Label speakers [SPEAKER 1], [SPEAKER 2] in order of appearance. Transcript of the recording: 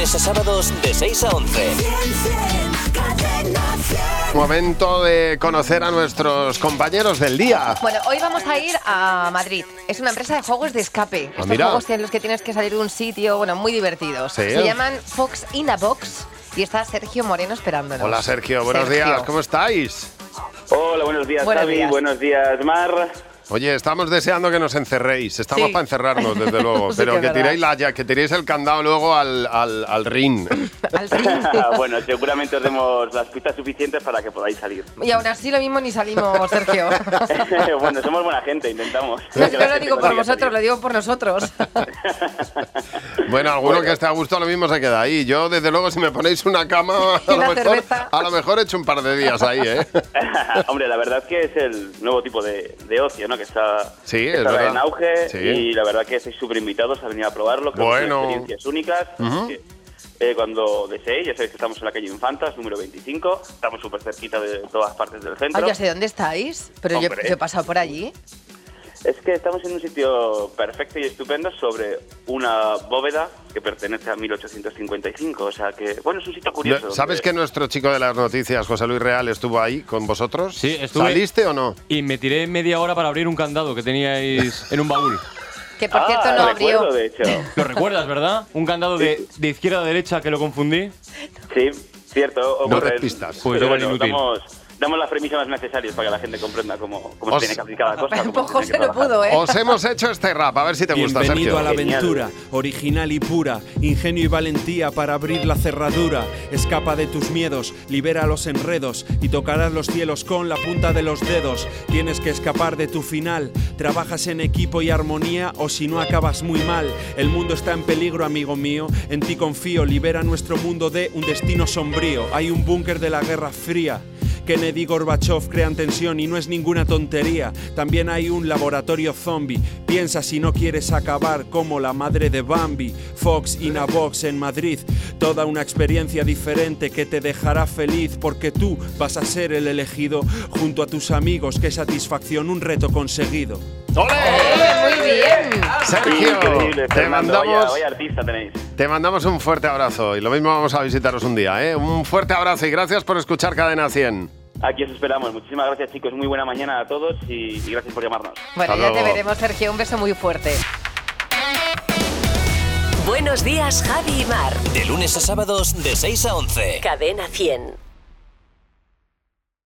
[SPEAKER 1] a sábados de 6 a 11.
[SPEAKER 2] Momento de conocer a nuestros compañeros del día.
[SPEAKER 3] Bueno, hoy vamos a ir a Madrid. Es una empresa de juegos de escape. Estos
[SPEAKER 2] Ah, mira.
[SPEAKER 3] juegos en los que tienes que salir de un sitio, bueno, muy divertidos.
[SPEAKER 2] Sí.
[SPEAKER 3] Se llaman Fox in a Box y está Sergio Moreno esperándonos.
[SPEAKER 2] Hola Sergio, buenos
[SPEAKER 3] Sergio.
[SPEAKER 2] días, ¿cómo estáis?
[SPEAKER 4] Hola, buenos días,
[SPEAKER 3] Buenos
[SPEAKER 4] Xavi.
[SPEAKER 3] días.
[SPEAKER 4] Buenos días, Mar.
[SPEAKER 2] Oye, estamos deseando que nos encerréis, estamos
[SPEAKER 3] Sí.
[SPEAKER 2] para encerrarnos desde luego,
[SPEAKER 3] Sí
[SPEAKER 2] pero
[SPEAKER 3] que
[SPEAKER 2] que,
[SPEAKER 3] es verdad.
[SPEAKER 2] tiréis la, ya- que tiréis el candado luego al, al, al ring.
[SPEAKER 3] Al fin.
[SPEAKER 4] bueno, seguramente os demos las pistas suficientes para que podáis salir.
[SPEAKER 3] Y aún así lo mismo ni salimos, Sergio.
[SPEAKER 4] bueno, somos buena gente, intentamos.
[SPEAKER 3] No,
[SPEAKER 4] que
[SPEAKER 3] no
[SPEAKER 4] la
[SPEAKER 3] lo
[SPEAKER 4] gente
[SPEAKER 3] digo por
[SPEAKER 4] consiga
[SPEAKER 3] vosotros, lo
[SPEAKER 4] salir.
[SPEAKER 3] digo por nosotros.
[SPEAKER 2] Bueno, alguno
[SPEAKER 4] Bueno.
[SPEAKER 2] que esté a gusto lo mismo se queda ahí. Yo, desde luego, si me ponéis una cama,
[SPEAKER 3] Y
[SPEAKER 2] a
[SPEAKER 3] una
[SPEAKER 2] lo, mejor,
[SPEAKER 3] cerveza.
[SPEAKER 2] a lo mejor he hecho un par de días ahí, ¿eh?
[SPEAKER 4] Hombre, la verdad es que es el nuevo tipo de, de ocio, ¿no? Que está,
[SPEAKER 2] Sí,
[SPEAKER 4] que
[SPEAKER 2] es
[SPEAKER 4] está
[SPEAKER 2] verdad.
[SPEAKER 4] en auge
[SPEAKER 2] Sí.
[SPEAKER 4] y la verdad que sois súper invitados a venir a probarlo. Creo que son
[SPEAKER 2] Bueno.
[SPEAKER 4] experiencias únicas. así que, eh, cuando deseéis, ya sabéis que estamos en la calle Infantas, número 25. Estamos súper cerquita de todas partes del
[SPEAKER 3] Ah,
[SPEAKER 4] centro.
[SPEAKER 3] ya sé dónde estáis, pero yo,
[SPEAKER 4] Hombre.
[SPEAKER 3] yo he pasado por allí.
[SPEAKER 4] Es que estamos en un sitio perfecto y estupendo sobre una bóveda que pertenece a 1855. O sea que, bueno, es un sitio curioso.
[SPEAKER 2] No-
[SPEAKER 4] donde-
[SPEAKER 2] ¿Sabes que nuestro chico de las noticias, José Luis Real, estuvo ahí con vosotros?
[SPEAKER 5] Sí, estuve.
[SPEAKER 2] ¿Saliste o no?
[SPEAKER 5] Y me tiré media hora para abrir un candado que teníais en un baúl.
[SPEAKER 3] Que por
[SPEAKER 4] Ah,
[SPEAKER 3] cierto no abrió.
[SPEAKER 4] recuerdo, de hecho.
[SPEAKER 5] ¿Lo recuerdas, verdad? Un candado de, de izquierda a derecha que lo confundí.
[SPEAKER 4] Sí, cierto.
[SPEAKER 2] No
[SPEAKER 4] ocurren-
[SPEAKER 2] des pistas.
[SPEAKER 5] Pues
[SPEAKER 4] pero
[SPEAKER 5] igual
[SPEAKER 4] bueno,
[SPEAKER 5] inútil.
[SPEAKER 4] damos, damos las premisas más necesarias para que la gente comprenda cómo, cómo
[SPEAKER 2] Os-
[SPEAKER 4] se tiene que aplicar cada cosa. cómo
[SPEAKER 3] Pues
[SPEAKER 4] se tiene
[SPEAKER 3] José
[SPEAKER 4] que
[SPEAKER 3] no
[SPEAKER 4] trabajar.
[SPEAKER 3] pudo, ¿eh?
[SPEAKER 2] Os hemos hecho este rap, a ver si te gusta,
[SPEAKER 6] Bienvenido
[SPEAKER 2] Sergio.
[SPEAKER 6] a la
[SPEAKER 4] Genial.
[SPEAKER 6] aventura, original y pura, ingenio y valentía para abrir la cerradura. Escapa de tus miedos, libera los enredos y tocarás los cielos con la punta de los dedos. Tienes que escapar de tu final, trabajas en equipo y armonía o si no acabas muy mal. El mundo está en peligro, amigo mío, en ti confío, libera nuestro mundo de un destino sombrío. Hay un búnker de la Guerra Fría. Kennedy y Gorbachev crean tensión y no es ninguna tontería. También hay un laboratorio zombie. Piensa si no quieres acabar como la madre de Bambi. Fox in a Box en Madrid. Toda una experiencia diferente que te dejará feliz porque tú vas a ser el elegido junto a tus amigos. Qué satisfacción, un reto conseguido.
[SPEAKER 2] ¡Ole!
[SPEAKER 3] Muy bien.
[SPEAKER 2] Sergio,
[SPEAKER 4] Increíble,
[SPEAKER 2] te
[SPEAKER 4] Fernando,
[SPEAKER 2] mandamos,
[SPEAKER 4] Vaya, vaya artista tenéis.
[SPEAKER 2] te mandamos un fuerte abrazo y lo mismo vamos a visitaros un día, ¿eh? Un fuerte abrazo y gracias por escuchar Cadena 100.
[SPEAKER 4] Aquí os esperamos. Muchísimas gracias, chicos. Muy buena mañana a todos y- y gracias por llamarnos.
[SPEAKER 3] Bueno,
[SPEAKER 2] Hasta
[SPEAKER 3] ya te
[SPEAKER 2] luego.
[SPEAKER 3] veremos, Sergio. Un beso muy fuerte.
[SPEAKER 7] Buenos días, Javi y Mar.
[SPEAKER 1] De lunes a sábados de 6 a 11.
[SPEAKER 7] Cadena 100.